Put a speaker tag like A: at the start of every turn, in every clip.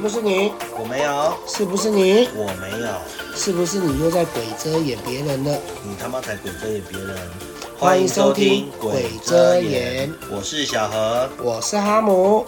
A: 不是你？
B: 我没有，
A: 是不是你？
B: 我没有，
A: 是不是你又在鬼遮掩别人了？
B: 你他妈才鬼遮眼别人！
A: 欢迎收听鬼遮眼，
B: 我是小何。
A: 我是哈姆。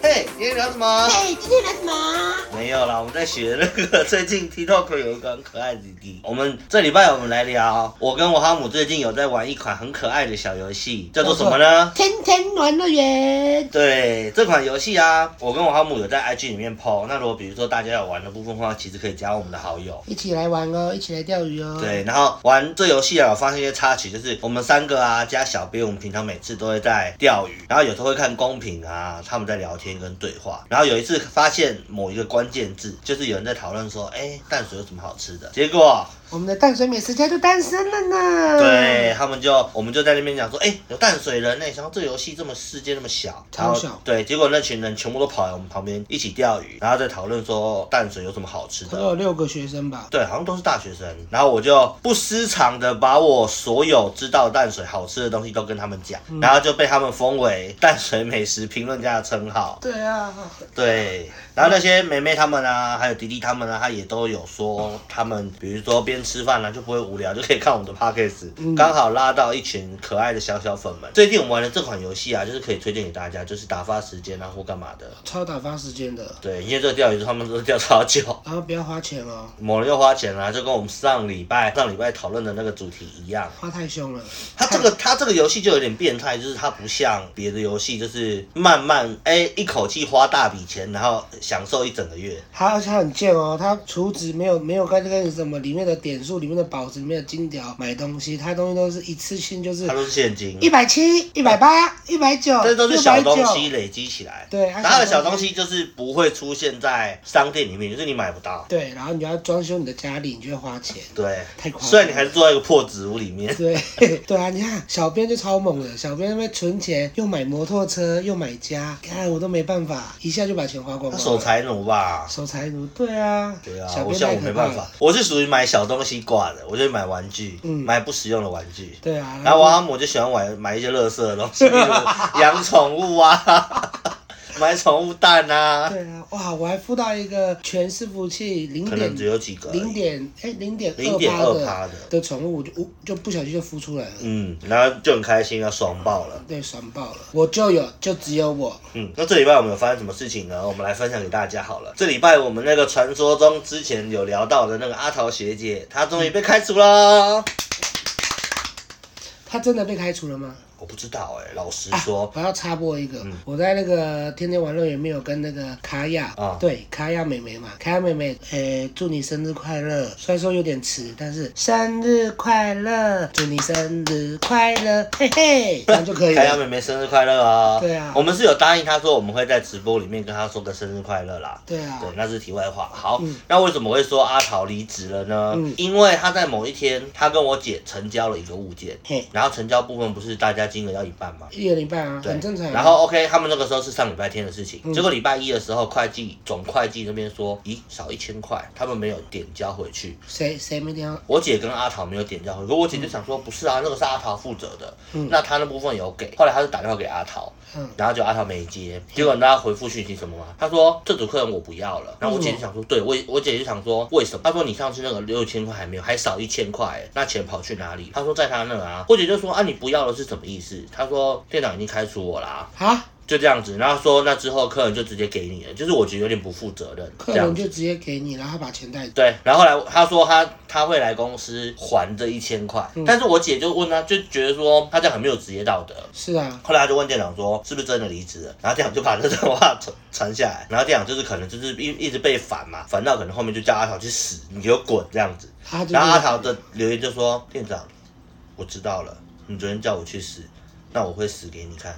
B: 嘿，今天聊什么？
C: 嘿，今天哎聊什么？
B: 没有啦，我们在学那个 最近 TikTok 有一个很可爱的弟弟。我们这礼拜我们来聊，我跟我哈姆最近有在玩一款很可爱的小游戏，叫做什么呢？
C: 天天玩乐园。
B: 对这款游戏啊，我跟我哈姆有在 IG 里面 PO。那如果比如说大家有玩的部分的话，其实可以加我们的好友。
A: 一起来玩哦，一起来钓鱼哦。
B: 对，然后玩这游戏啊，我发现一些插曲，就是我们三个啊加小编，我们平常每次都会在钓鱼，然后有时候会看公屏啊，他们在聊天跟对话。然后有一次发现某一个关键字，就是有人在讨论说，哎，淡水有什么好吃的？结果
A: 我们的淡水美食家就诞生了呢。
B: 对，他们就我们就在那边讲说，哎、有淡水人呢、想到这游戏这么世界那么小，
A: 超
B: 然后
A: 小
B: 对，结果那群人全部都跑来我们旁边一起钓鱼，然后在讨论说淡水有什么好吃
A: 可
B: 的
A: 能。有六个学生吧。
B: 对，好像都是大学生。然后我就不失常的把我所有知道淡水好吃的东西都跟他们讲，然后就被他们封为淡水美食评论家的称号。
A: 对啊，
B: 对，然后那些妹妹她们啊，还有迪迪她们啊，她也都有说，她们比如说边吃饭呢、啊、就不会无聊，就可以看我们的 podcast，、刚好拉到一群可爱的小小粉们。最近我们玩的这款游戏啊，就是可以推荐给大家，就是打发时间啊或干嘛的。
A: 超打发时间的，
B: 对，因为这个钓鱼他们都钓超久。
A: 然后不要花钱哦，
B: 某人又花钱啦、就跟我们上礼拜上礼拜讨论的那个主题一样。
A: 花太凶了。
B: 它这个它这个游戏就有点变态，就是它不像别的游戏，就是慢慢哎、一口气花大笔钱，然后享受一整个月。
A: 它而且它很贱哦，它除值没有没有跟跟什么里面的点数、里面的宝石、里面的金条买东西，它东西都是一次性就是
B: 它都是现金，
A: 一百七、一百八、一百九，
B: 这都是小东西累积起来。
A: 对它
B: 然后它的
A: 小
B: 小
A: 东
B: 东西就是不会出现在商店里面，就是你买不到。
A: 对，然后你要装修你的家里，你就会花钱。
B: 对
A: 太夸，张
B: 虽然你还是坐在一个破纸屋里面，
A: 对 对啊，你看小编就超猛的，小编那边存钱，又买摩托车，又买家，看我都没办法，一下就把钱花光
B: 他
A: 光。
B: 守财奴吧。
A: 守财奴，对啊，
B: 对啊，
A: 小
B: 我
A: 编
B: 像
A: 太
B: 我没
A: 可怕
B: 办法
A: 了。，
B: 我是属于买小东西挂的，我就买玩具，
A: 嗯
B: 买不实用的玩具。
A: 对啊，
B: 然后我阿姆就喜欢买买一些垃圾的东西，例如养宠物啊，买宠物蛋啊，
A: 对啊，哇，我还附到一个全伺服器零
B: 可能只
A: 点
B: 有几个而已
A: 零点哎零点
B: 0.2%
A: 二趴
B: 的
A: 的宠物，我就我就不小心就孵出来了，
B: 嗯，然后就很开心啊，爽爆了。
A: 对，爽爆了，我就有，就只有我，
B: 嗯，那这礼拜我们有发生什么事情呢？我们来分享给大家好了。这礼拜我们那个传说中之前有聊到的那个阿桃学姐，她终于被开除啦。
A: 他真的被开除了吗？
B: 我不知道哎、老实
A: 啊
B: 说，
A: 我要插播一个，
B: 嗯
A: 我在那个天天玩乐园没有跟那个卡雅，
B: 啊
A: 对卡雅妹妹嘛，卡雅妹妹，诶，祝你生日快乐。虽然说有点迟，但是生日快乐，祝你生日快乐，嘿嘿，这样就可以
B: 凯亚
A: 了。
B: 妹妹生日快乐啊！
A: 对啊
B: 我们是有答应她说我们会在直播里面跟她说个生日快乐啦。
A: 对啊
B: 对，那是题外话。好，那为什么会说阿桃离职了呢？
A: 嗯
B: 因为她在某一天，她跟我姐成交了一个物件
A: 嘿，
B: 然后成交部分不是大家金额要一半吗？
A: 一个礼拜啊，
B: 对
A: 很正常啊。嗯
B: 然后 OK，他们那个时候是上礼拜天的事情，结果礼拜一的时候，会计总会计那边说，咦，少一千块，他们没有点交回去。
A: 谁谁没听到？
B: 我姐跟阿桃没有点交回去，我姐就
A: 嗯
B: 想说不是啊，那个是阿桃负责的，那她那部分有给。后来她就打电话给阿桃，
A: 嗯
B: 然后就阿桃没接，结果你知道她回复讯息什么吗？她说这组客人我不要了。然后我姐就想说，对我我姐就想说为什么？她说你上次那个六千块还没有，还少一千块欸，那钱跑去哪里？她说在她那啊。我姐就说啊你不要了是什么意思？她说店长已经开除我啦、
A: 啊，
B: 就这样子，然后说那之后客人就直接给你了，就是我觉得有点不负责任，
A: 客
B: 这样
A: 人
B: 子。
A: 就直接给你，然后把钱带走。
B: 对，然后后来他说他他会来公司还这一千块，
A: 嗯
B: 但是我姐就问他，就觉得说他这样很没有职业道德。
A: 是啊，
B: 后来他就问店长说是不是真的离职了，然后店长就把这段话传传下来，然后店长就是可能就是一一直被烦嘛，烦到可能后面就叫阿桃去死，你给我滚这样子。
A: 他就
B: 然后阿桃的留言就说店长，我知道了，你昨天叫我去死，那我会死给你看。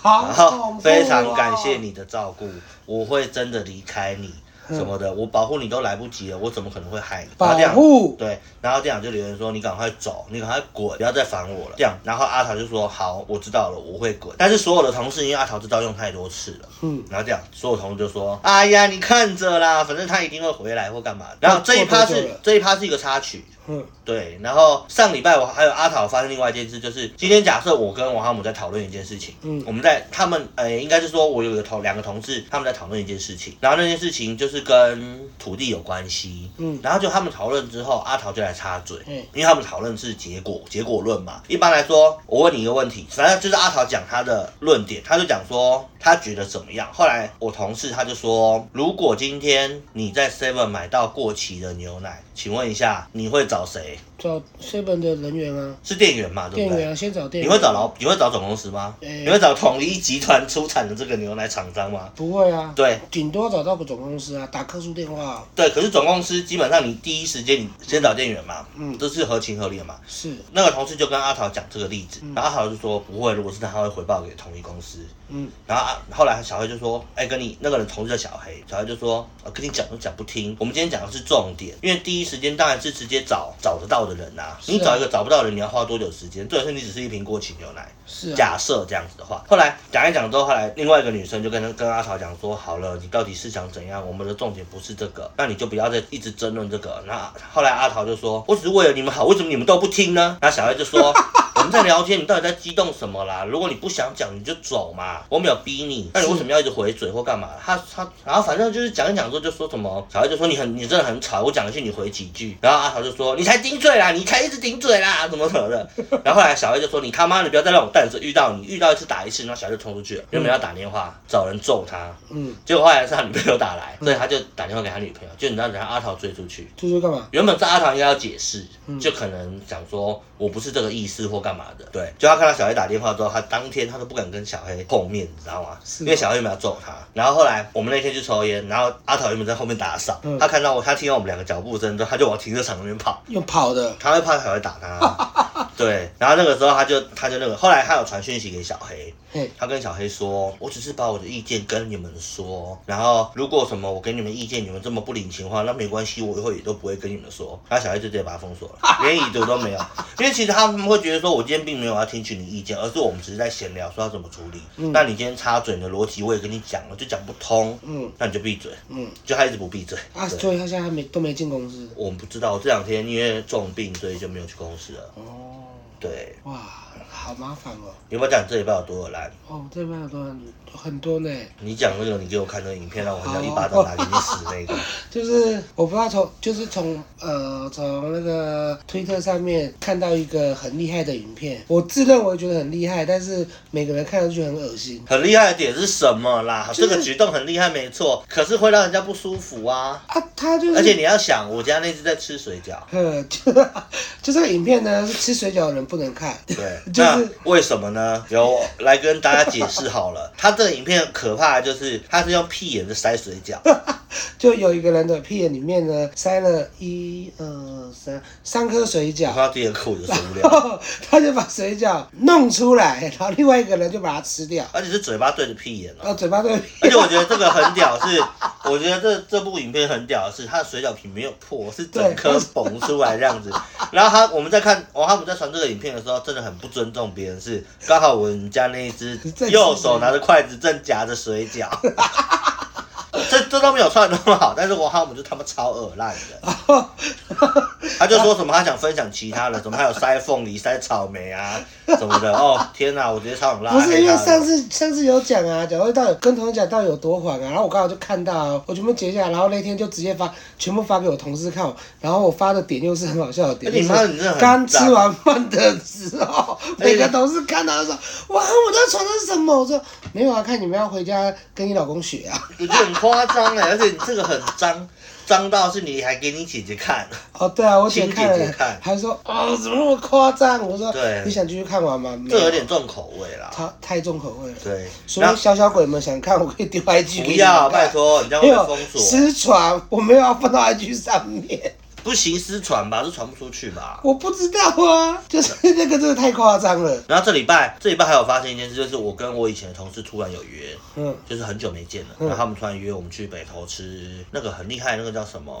A: 好
B: 然
A: 恐
B: 后
A: 怖啊
B: 非常感谢
A: 哦。
B: 你的照顾，我会真的离开你什么的，我保护你都来不及了，我怎么可能会害你？
A: 保
B: 然后店长
A: 护
B: 对，然后店长就留言说你赶快走，你赶快滚，不要再烦我了。这样，然后阿桃就说好，我知道了，我会滚。但是所有的同事因为阿桃这招用太多次了，
A: 嗯，
B: 然后这样所有同事就说哎呀你看着啦，反正他一定会回来或干嘛的。然后这一趴
A: 过多
B: 是
A: 久了
B: 这一趴是一个插曲，
A: 嗯
B: 对，然后上礼拜我还有阿桃发生另外一件事，就是今天假设我跟王哈姆在讨论一件事情，
A: 嗯
B: 我们在他们呃，应该是说我有个同两个同事，他们在讨论一件事情，然后那件事情就是跟土地有关系，
A: 嗯
B: 然后就他们讨论之后，阿桃就来插嘴，
A: 嗯
B: 因为他们讨论是结果结果论嘛，一般来说，我问你一个问题，反正就是阿桃讲他的论点，他就讲说他觉得怎么样，后来我同事他就说，如果今天你在 Seven 买到过期的牛奶，请问一下你会找谁？
A: 找 seven 的人员啊，
B: 是店员嘛，对
A: 店
B: 不
A: 员
B: 对？
A: 啊，先找店
B: 你
A: 员。
B: 会找老，你会找总公司吗？
A: 呃
B: 你会找统一集团出产的这个牛奶厂商吗？
A: 不会啊，
B: 对
A: 顶多找到个总公司啊，打客诉电话啊、
B: 对，可是总公司基本上你第一时间你先找店员嘛，
A: 嗯
B: 这是合情合理的嘛。
A: 是，
B: 那个同事就跟阿桃讲这个例子，然后阿桃就说不会，如果是他，他会回报给同一公司。
A: 嗯
B: 然后啊，后来小黑就说：“哎、跟你那个人同事的小黑，小黑就说，啊、跟你讲都讲不听。我们今天讲的是重点，因为第一时间当然是直接找找得到的人呐、
A: 是啊
B: 你找一个找不到的人，你要花多久时间？最好是你只是一瓶过期牛奶。
A: 是啊，
B: 假设这样子的话，后来讲一讲之后，后来另外一个女生就跟跟阿桃讲说，好了，你到底是想怎样？我们的重点不是这个，那你就不要再一直争论这个。那后来阿桃就说，我只是为了你们好，为什么你们都不听呢？ 那小黑就说。我们在聊天，你到底在激动什么啦？如果你不想讲，你就走嘛。我没有逼你，那你为什么要一直回嘴或干嘛？他他，然后反正就是讲一讲之后就说什么，小黑就说你很你真的很吵，我讲一句你回几句。然后阿桃就说你才顶嘴啦，你才一直顶嘴啦，怎么怎么的。然后后来小黑就说：“你他妈的不要再让我淡水遇到你，遇到一次打一次。”然后小黑就冲出去了，原本要打电话找人揍他，
A: 嗯，
B: 结果后来是他女朋友打来，所以他就打电话给他女朋友，就你知道，然后阿桃追出去。
A: 这是干嘛？
B: 原本是阿桃应该要解释，
A: 嗯
B: 就可能讲说我不是这个意思或干嘛的，对。就他看到小黑打电话之后，他当天他都不敢跟小黑碰面，你知道吗？
A: 是哦
B: 因为小黑没有揍他。然后后来我们那天去抽烟，然后阿桃原本在后面打扫，
A: 嗯
B: 他看到我，他听到我们两个脚步声之后，他就往停车场那边跑。
A: 用跑的，
B: 他会怕小黑打 他。对，然后那个时候他就他就那个，后来他有传讯息给小黑，
A: 嘿，
B: 他跟小黑说，我只是把我的意见跟你们说，然后如果什么我给你们意见，你们这么不领情的话，那没关系，我以后也都不会跟你们说。然后小黑就直接把他封锁了， 连已读都没有，因为其实他们会觉得说，我今天并没有要听取你意见，而是我们只是在闲聊，说要怎么处理。
A: 嗯
B: 那你今天插嘴，你的逻辑我也跟你讲了，就讲不通，
A: 嗯
B: 那你就闭嘴，
A: 嗯，
B: 就他一直不闭嘴。
A: 啊，
B: 对
A: 所以他现在还没都没进公司。
B: 我们不知道，我这两天因为重病，所以就没有去公司了。
A: 哦，
B: 对，
A: 哇，好麻烦哦。
B: 你有没有讲这礼拜有多烂？
A: 哦，这边有多很很多呢，
B: 你讲那个，你给我看那个影片，让我很想一巴掌打给你死那个。
A: 就是我不知道从就是从呃从那个推特上面看到一个很厉害的影片，我自认为觉得很厉害，但是每个人看上去很恶心。
B: 很厉害的点是什么啦？
A: 就是
B: 这个举动很厉害，没错，可是会让人家不舒服啊。
A: 啊，他就是，
B: 而且你要想，我家那只在吃水饺，
A: 呃， 就就这个影片呢，是吃水饺的人不能看，
B: 对，
A: 就是
B: 那为什么呢？由我来跟大家解释好了。他这个影片可怕的就是，他是用屁眼在塞水饺，
A: 就有一个人的屁眼里面呢塞了一二三三颗水
B: 我
A: 饺
B: 看，到第二口我就受不
A: 然
B: 了，
A: 后他就把水饺弄出来，然后另外一个人就把它吃掉，
B: 而且是嘴巴对着屁眼哦、
A: 然后嘴巴 都
B: 而且我觉得这个很屌是，我觉得这这部影片很屌的是，它的水饺皮没有破，是整 颗崩出来这样子。然后他我们在看，哦，他们在传这个影片的时候，真的很不尊重别人，是刚好我们家那一只
A: 正
B: 右手拿着筷子正夹着水饺。这这都没有串得那么好，但是我和我们就他妈超恶烂的。他就说什么他想分享其他的，什么还有塞凤梨、塞草莓啊什么的。哦天哪，我直接超想拉黑
A: 不
B: 他的。
A: 是因为上次上次有讲啊，讲会到底跟同事讲到底有多缓啊，然后我刚好就看到、啊，我全部截下来，然后那天就直接发全部发给我同事看，然后我发的点又是很好笑的点，
B: 而且你
A: 就
B: 妈
A: 是
B: 你真的很
A: 刚
B: 脏
A: 吃完饭的时候，
B: 而且
A: 每个同事看到的时候，哇，我在床上是什么？我说没有啊，看你们要回家跟你老公学啊。
B: 我觉得很夸张哎，而且你这个很脏，脏到是你还给你姐姐看，
A: 哦，对啊，我姐
B: 亲
A: 看
B: 姐姐
A: 了，
B: 看
A: 还说哦，怎么那么夸张？我说
B: 对
A: 你想继续看完吗？没
B: 这有点重口味啦。
A: 太太重口味了。
B: 对，
A: 所
B: 那
A: 以小小鬼们想看，我可以丢 IG 给
B: 不
A: 你们
B: 要
A: 看
B: 拜托，你这样
A: 没
B: 会
A: 有
B: 被封锁，
A: 失传，我没有要放到 IG 上面，
B: 不行私传吧，是传不出去吧。
A: 我不知道啊，就是那个真的太夸张了。
B: 然后这礼拜，这礼拜还有发生一件事，就是我跟我以前的同事突然有约，
A: 嗯，
B: 就是很久没见了，
A: 嗯
B: 然后他们突然约我们去北投吃那个很厉害，那个叫什么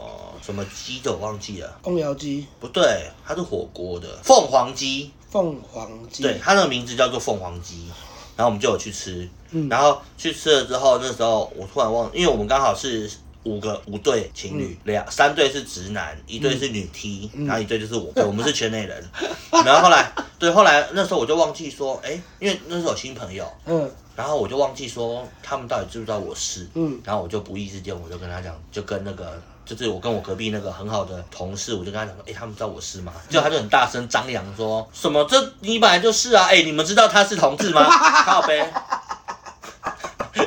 B: 什么鸡的，我忘记了，
A: 凤瑶鸡、
B: 不对，它是火锅的凤凰鸡，
A: 凤凰鸡，
B: 对，它那个名字叫做凤凰鸡，然后我们就有去吃，
A: 嗯
B: 然后去吃了之后，那时候我突然忘，因为我们刚好是五个五对情侣，两、三对是直男，一对是女 T，、然后一对就是我，我们是圈内人。然后后来，对，后来那时候我就忘记说，哎、因为那时候有新朋友，
A: 嗯
B: 然后我就忘记说他们到底知不知道我是，
A: 嗯
B: 然后我就不意之间我就跟他讲，就跟那个就是我跟我隔壁那个很好的同事，我就跟他讲说，哎、他们知道我是吗？结果他就很大声张扬说什么这你本来就是啊，哎、你们知道他是同志吗？ 靠呗。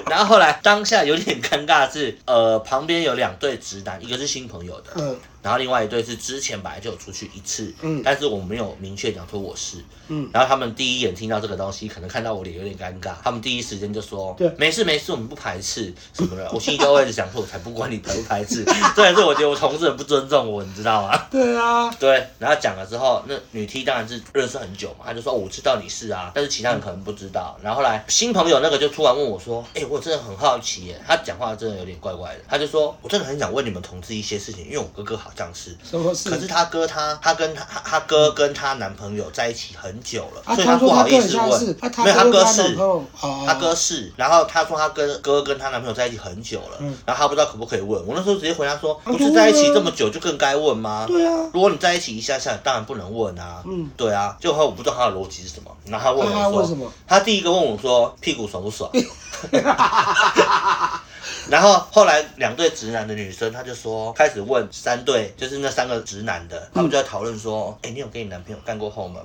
B: 然后后来当下有点尴尬的是，呃，旁边有两对直男，一个是新朋友的，
A: 嗯
B: 然后另外一对是之前本来就有出去一次，
A: 嗯
B: 但是我没有明确讲说我是，
A: 嗯，
B: 然后他们第一眼听到这个东西，可能看到我脸有点尴尬，他们第一时间就说
A: 对：“
B: 没事没事，我们不排斥什么的。”我心里就会一直想说：“我才不管你排不排斥。”虽然是我觉得我同事很不尊重我，你知道吗？
A: 对啊，
B: 对，然后讲了之后，那女 T 当然是认识很久嘛，她就说、哦我知道你是啊，但是其他人可能不知道。然后后来新朋友那个就突然问我说：“哎、我真的很好奇耶。”他讲话真的有点怪怪的，他就说：“我真的很想问你们同志一些事情，因为我哥哥好像是。”
A: 什么事？
B: 可是她哥她她跟她她哥跟她男朋友在一起很久了，
A: 啊，
B: 所以她
A: 他
B: 不
A: 说他
B: 好
A: 哥
B: 意
A: 很
B: 思
A: 像是啊，
B: 问，没有
A: 他
B: 她
A: 哥
B: 哥
A: 跟他男
B: 是
A: 朋。友，哦，
B: 她哥是，然后她说她跟哥跟她男朋友在一起很久了，
A: 嗯
B: 然后她不知道可不可以问。我那时候直接回答说，
A: 啊
B: 不是在一起这么久就更该问吗？
A: 对啊，
B: 如果你在一起一下下，当然不能问啊。
A: 嗯
B: 对啊，就后来我不知道他的逻辑是什么，然后他问
A: 那他
B: 我
A: 问
B: 说
A: 什，么？
B: 他第一个问我说屁股爽不爽， 然后后来两对直男的女生，她就说开始问三对，就是那三个直男
A: 嗯
B: 的，他们就在讨论说，哎、你有跟你男朋友干过后吗？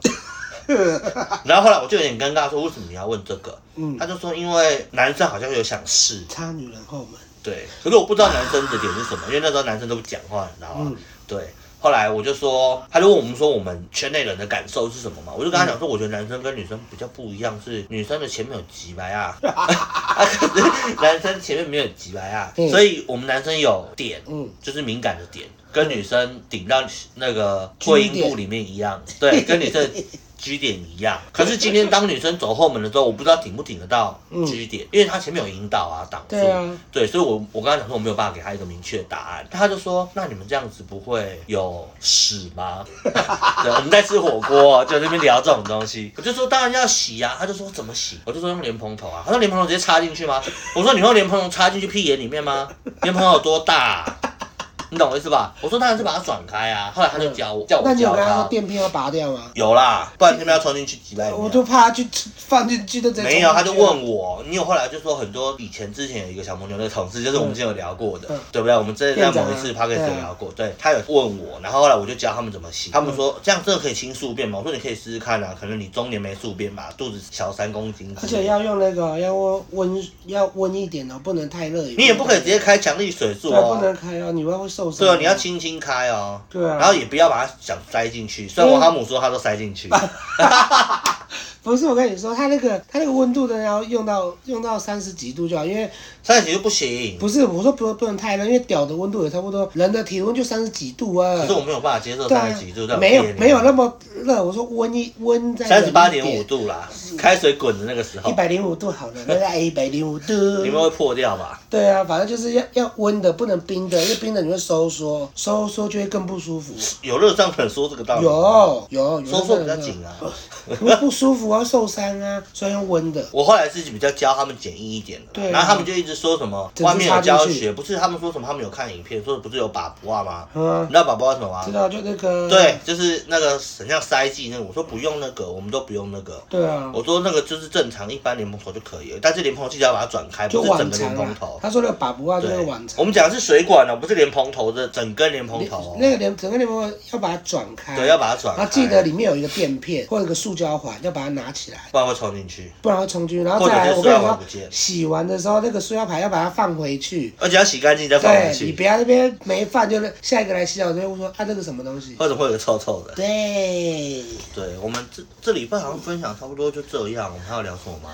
B: 然后后来我就有点尴尬，说为什么你要问这个？
A: 嗯
B: 他，就说因为男生好像有想试，
A: 插女人后门，
B: 对，可是我不知道男生的点是什么，因为那时候男生都不讲话，你知道吗？
A: 嗯
B: 对。后来我就说，他就问我们说我们圈内人的感受是什么嘛？我就跟
A: 嗯
B: 他讲说，我觉得男生跟女生比较不一样，是女生的前面有几 白啊， 啊可是男生前面没有几白啊，
A: 嗯
B: 所以我们男生有点，
A: 嗯
B: 就是敏感的点，跟女生顶到那个会阴部里面一样，对，
A: 嗯
B: 跟女生 G 点一样。可是今天当女生走后门的时候，我不知道顶不顶得到
A: 嗯
B: G 点，因为她前面有引导啊，挡住。
A: 对啊
B: 对，所以我我跟他讲说我没有办法给他一个明确的答案，他就说那你们这样子不会有屎吗？对，我们在吃火锅，哦就在那边聊这种东西，我就说当然要洗呀、啊，他就说怎么洗，我就说用莲蓬头啊，他说莲蓬头直接插进去吗？我说你用莲蓬头插进去屁眼里面吗？莲蓬头有多大啊、你懂我意思吧？我说当然是把它转开啊，后来他就教我叫
A: 那
B: 我
A: 你有
B: 教
A: 跟他
B: 他
A: 说，垫片要拔掉吗？
B: 有啦，不然天边要冲进去几百米啊。
A: 我就怕他去放进去的这
B: 没有，他就问我，你有后来就说很多以前之前有一个小蒙牛的同事，就是我们之前有聊过的，
A: 嗯
B: 对不对？我们之前在某一次
A: 店长啊
B: podcast 有聊过，对他有问我，然后后来我就教他们怎么洗，他
A: 嗯
B: 们说这样真的可以清宿便吗？我说你可以试试看啊，可能你中年没宿便吧，肚子小三公斤之
A: 而
B: 类的，
A: 且要用那个要温要温一点哦，不能太热。
B: 你也不可以直接开强力水
A: 对，
B: 柱
A: 不
B: 哦，
A: 能开哦，你会会受伤。
B: 对哦，你要轻轻开哦，
A: 对啊
B: 然后也不要把它想塞进去，虽然
A: 对
B: 王哈姆说他都塞进去，
A: 啊不是我跟你说，它那个它那个温度呢，要用到用到三十几度就好，因为
B: 塞进去就不行，
A: 不是我说不不能太热，因为屌的温度也差不多，人的体温就三十几度啊。
B: 可是我没有办法接受
A: 对
B: 三
A: 啊
B: 十几度，在我
A: 没有
B: 店里
A: 没有那么热，我说温一温在
B: 三十八点五度啦，
A: 嗯
B: 开水滚的那个时候
A: 一，百零五度好了， 那个一百零五度。
B: 你们会破掉吧？
A: 对啊，反正就是要要温的，不能冰的，因为冰的你会收缩，收缩就会更不舒服。
B: 有热胀冷缩这个道理。，
A: 有有有，
B: 哦收缩比较紧啊。
A: 因为不舒服啊，受伤啊，所以用温的。
B: 我后来自己比较教他们简易一点的啦，
A: 对啊
B: 然后他们就一直说什么
A: 整只
B: 外面有教
A: 插进
B: 学，
A: 去
B: 不是他们说什么他们有看影片，说不是有把不啊吗？你
A: 嗯，
B: 知道把不啊什么吗
A: 知？道就那个。
B: 对，就是那个很像塞剂那个，我说不用那个，我们都不用那个。
A: 对啊，
B: 我说那个就是正常一般莲蓬头就可以了，但是莲蓬头记得要把它转开，
A: 就
B: 不是整
A: 晚
B: 个
A: 肠
B: 莲蓬
A: 啊
B: 头。。
A: 他说那个把不啊，就
B: 对
A: 是晚，肠。
B: 我们讲的是水管哦，不是莲蓬头的整根莲蓬头哦。
A: 那个连整个连膜要把它转开。
B: 对，要把它转
A: 然
B: 开。
A: 后记得里面有一个垫片或者一个塑胶环，要把它拿起来，
B: 不然会冲进去，
A: 不然会冲进去。然后
B: 或者
A: 再来，
B: 是
A: 我跟
B: 塑
A: 你
B: 料环
A: 说
B: 不见，
A: 洗完的时候那个塑料牌要把它放回去。
B: 而且要洗干净再放回
A: 对你
B: 去，
A: 不要那边没饭，就是下一个来洗澡就会说啊这个什么东西。
B: 或者会有臭臭的。
A: 对，
B: 对我们这这礼拜好像分享差不多就这样，我们还要聊什 么吗？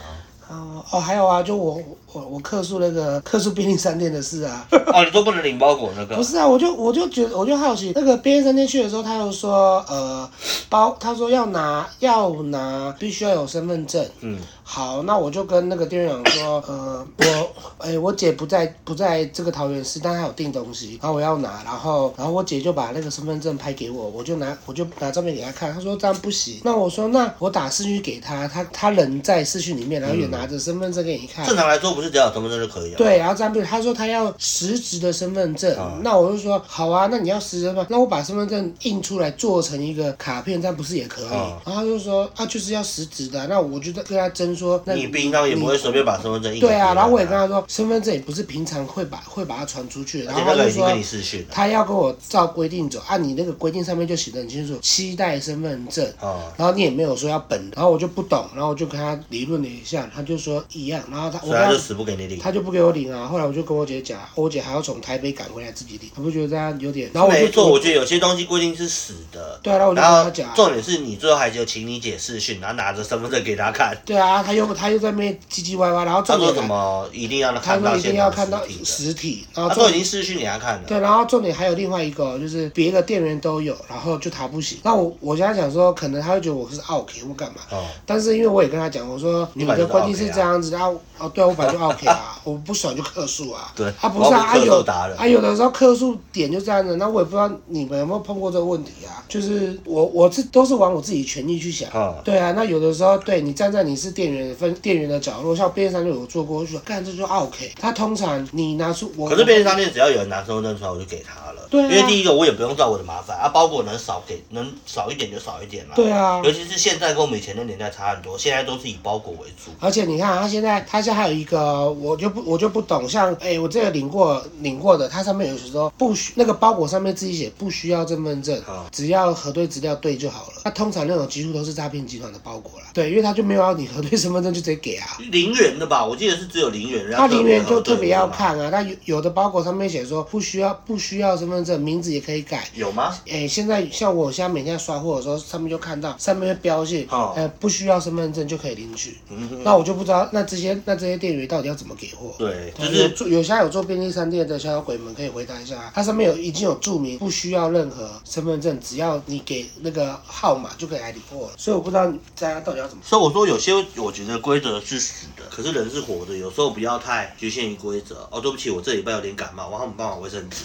A: 哦哦，还有啊，就我我我客诉那个客诉便利商店的事啊。
B: 哦，你说不能领包裹那个
A: 不？是啊，我就我就觉得我就好奇，那个便利商店去的时候，他又说呃包，他说要拿要拿，必须要有身份证。
B: 嗯，
A: 好，那我就跟那个店员讲说，呃，我，哎、我姐不在不在这个桃园市，但她有订东西，然后我要拿，然后然后我姐就把那个身份证拍给我，我就拿我就拿照片给她看，她说这样不行。那我说那我打视讯给她，她她人在视讯里面，然后也拿着身份证给你看。
B: 正常来说，不是只要有身份证就可以了？，啊
A: 对，然后张碧，他说他要实质的身份证，
B: 嗯
A: 那我就说好啊，那你要实质身份，那我把身份证印出来做成一个卡片，这样不是也可以？
B: 嗯
A: 然后他就说啊，就是要实质的啊、那我就跟他争说，那
B: 你平常也不会随便把身份证印给
A: 对
B: 别人
A: 啊，然后我也跟他说，身份证也不是平常会把会把它传出去，
B: 而
A: 然
B: 且
A: 后他
B: 那个
A: 就
B: 已经
A: 说
B: 跟你视讯了。
A: 他要跟我照规定走，按、你那个规定上面就写的很清楚，期待身份证，
B: 哦，
A: 然后你也没有说要本的，然后我就不懂，然后我就跟他理论了一下，他就说一样，然后他我
B: 所以
A: 跟
B: 他
A: 他
B: 就死不给你领。
A: 他就不给我领啊。后来我就跟我姐讲，我姐还要从台北赶回来自己领，我不觉得这样有点？然后我就
B: 没错，我觉得有些东西规定是死的。
A: 对啊，然后我就跟
B: 然后
A: 他讲，
B: 重点是你最后还就请你姐视讯，然后拿着身份证给他看，
A: 对啊，他又他又在那边唧唧歪歪，然后
B: 他
A: 重
B: 说
A: 点啊
B: 什么一定要
A: 他
B: 看
A: 说
B: 到
A: 一定
B: 现
A: 要
B: 场
A: 看到
B: 实体的，
A: 实体，然后
B: 他
A: 重
B: 都已
A: 点
B: 经视讯给他看了。
A: 对，然后重点还有另外一个哦，就是别的店员都有，然后就他不行。那我我跟他讲说，可能他会觉得我是 OK 或干嘛。
B: 哦，
A: 但是因为我也跟他讲，我说
B: 你
A: 你
B: 本来
A: 的
B: 就
A: 规定是
B: OK 啊
A: 这样子的啊，哦，对我本来就 OK 啊，我不爽就客诉啊，
B: 对
A: 啊不是啊，
B: 我要
A: 啊
B: 不客诉
A: 有
B: 达人
A: 啊有的时候客诉点就这样子，那我也不知道你们有没有碰过这个问题啊，就是我我是都是往我自己权益去想
B: 嗯，
A: 对啊，那有的时候对你站在你是店员分店员的角落，像边上就有做过，我就说干这就 OK，他通常你拿出我
B: 可是便利商店只要有人拿身份证出来，我就给他
A: 哦
B: 了。
A: 对啊
B: 因为第一个我也不用造我的麻烦啊，包裹能少给能少一点就少一点啦。
A: 对啊
B: 尤其是现在跟我们以前的年代差很多，现在都是以包裹为主。
A: 而且你看，他现在他现在还有一个，我就不我就不懂，像哎、我这个领过领过的，它上面有时候不需那个包裹上面自己写不需要身份证
B: 好，
A: 只要核对资料对就好了。那通常那种几乎都是诈骗集团的包裹啦，对，因为他就没有要你核对身份证就直接给啊。
B: 零元的吧，我记得是只有零元。人家
A: 他零元就
B: 特
A: 特别要
B: 核对的嘛。
A: 看啊，那有有的包裹上面写说不需要不需要身份证，名字也可以改，
B: 有吗？
A: 诶，哎现在像我现在每天刷货的时候，上面就看到上面会标示，
B: 哦
A: 呃，不需要身份证就可以领取。
B: 嗯哼
A: 那我就不知道，那这些那这些店员到底要怎么给货？
B: 对
A: 对
B: 就是
A: 有做有现在有做便利商店的小小鬼们可以回答一下，啊它上面有已经有注明不需要任何身份证，只要你给那个号码就可以来领货了。所以我不知道大家到底要怎么。
B: 所以我说有些我觉得规则是死的，可是人是活的，有时候不要太局限于规则。哦，对不起，我这礼拜有点感冒，我很帮我卫生纸，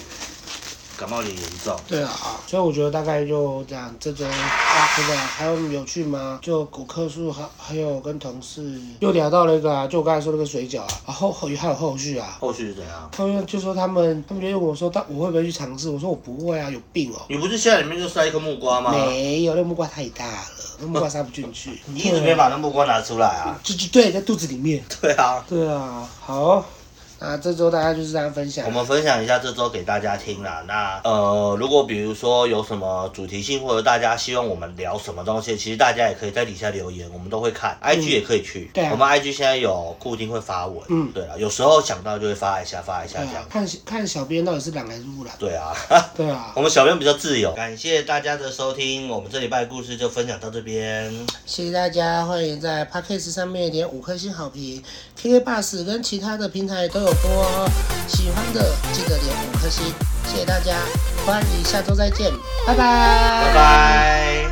B: 感冒有点严重。
A: 对啊啊，所以我觉得大概就这样，这周啊，真的还有有趣吗？就骨科数还还有跟同事又聊到了一个啊，就我刚才说那个水饺啊，啊后后还有后续啊，
B: 后续是怎样？
A: 后面就说他们他们就问我说，到我会不会去尝试？我说我不会啊，有病哦、
B: 你不是现在里面就塞一颗木瓜吗？
A: 没有，那木瓜太大 了，那木瓜塞不进去。
B: 你一直没把那木瓜拿出来啊？
A: 就就对，在肚子里面。
B: 对 啊，
A: 对啊，好，那这周大家就是这样分享
B: 我。们分享一下这周给大家听啦。那呃，如果比如说有什么主题性，或者大家希望我们聊什么东西，其实大家也可以在底下留言，我们都会看。IG 也可以去，
A: 嗯对啊
B: 我们 IG 现在有固定会发文，
A: 嗯
B: 对了，有时候想到就会发一下，发一下
A: 对
B: 这样
A: 啊，。看看小编到底是懒还是不懒。
B: 对啊，
A: 对啊
B: 我，们小编比较自由。感谢大家的收听，我们这礼拜的故事就分享到这边。
A: 谢谢大家，欢迎在 Podcast 上面点五颗星好评，KK Bus 跟其他的平台都有播哦。喜欢的记得点五颗星，谢谢大家，欢迎下周再见，拜拜
B: 拜拜。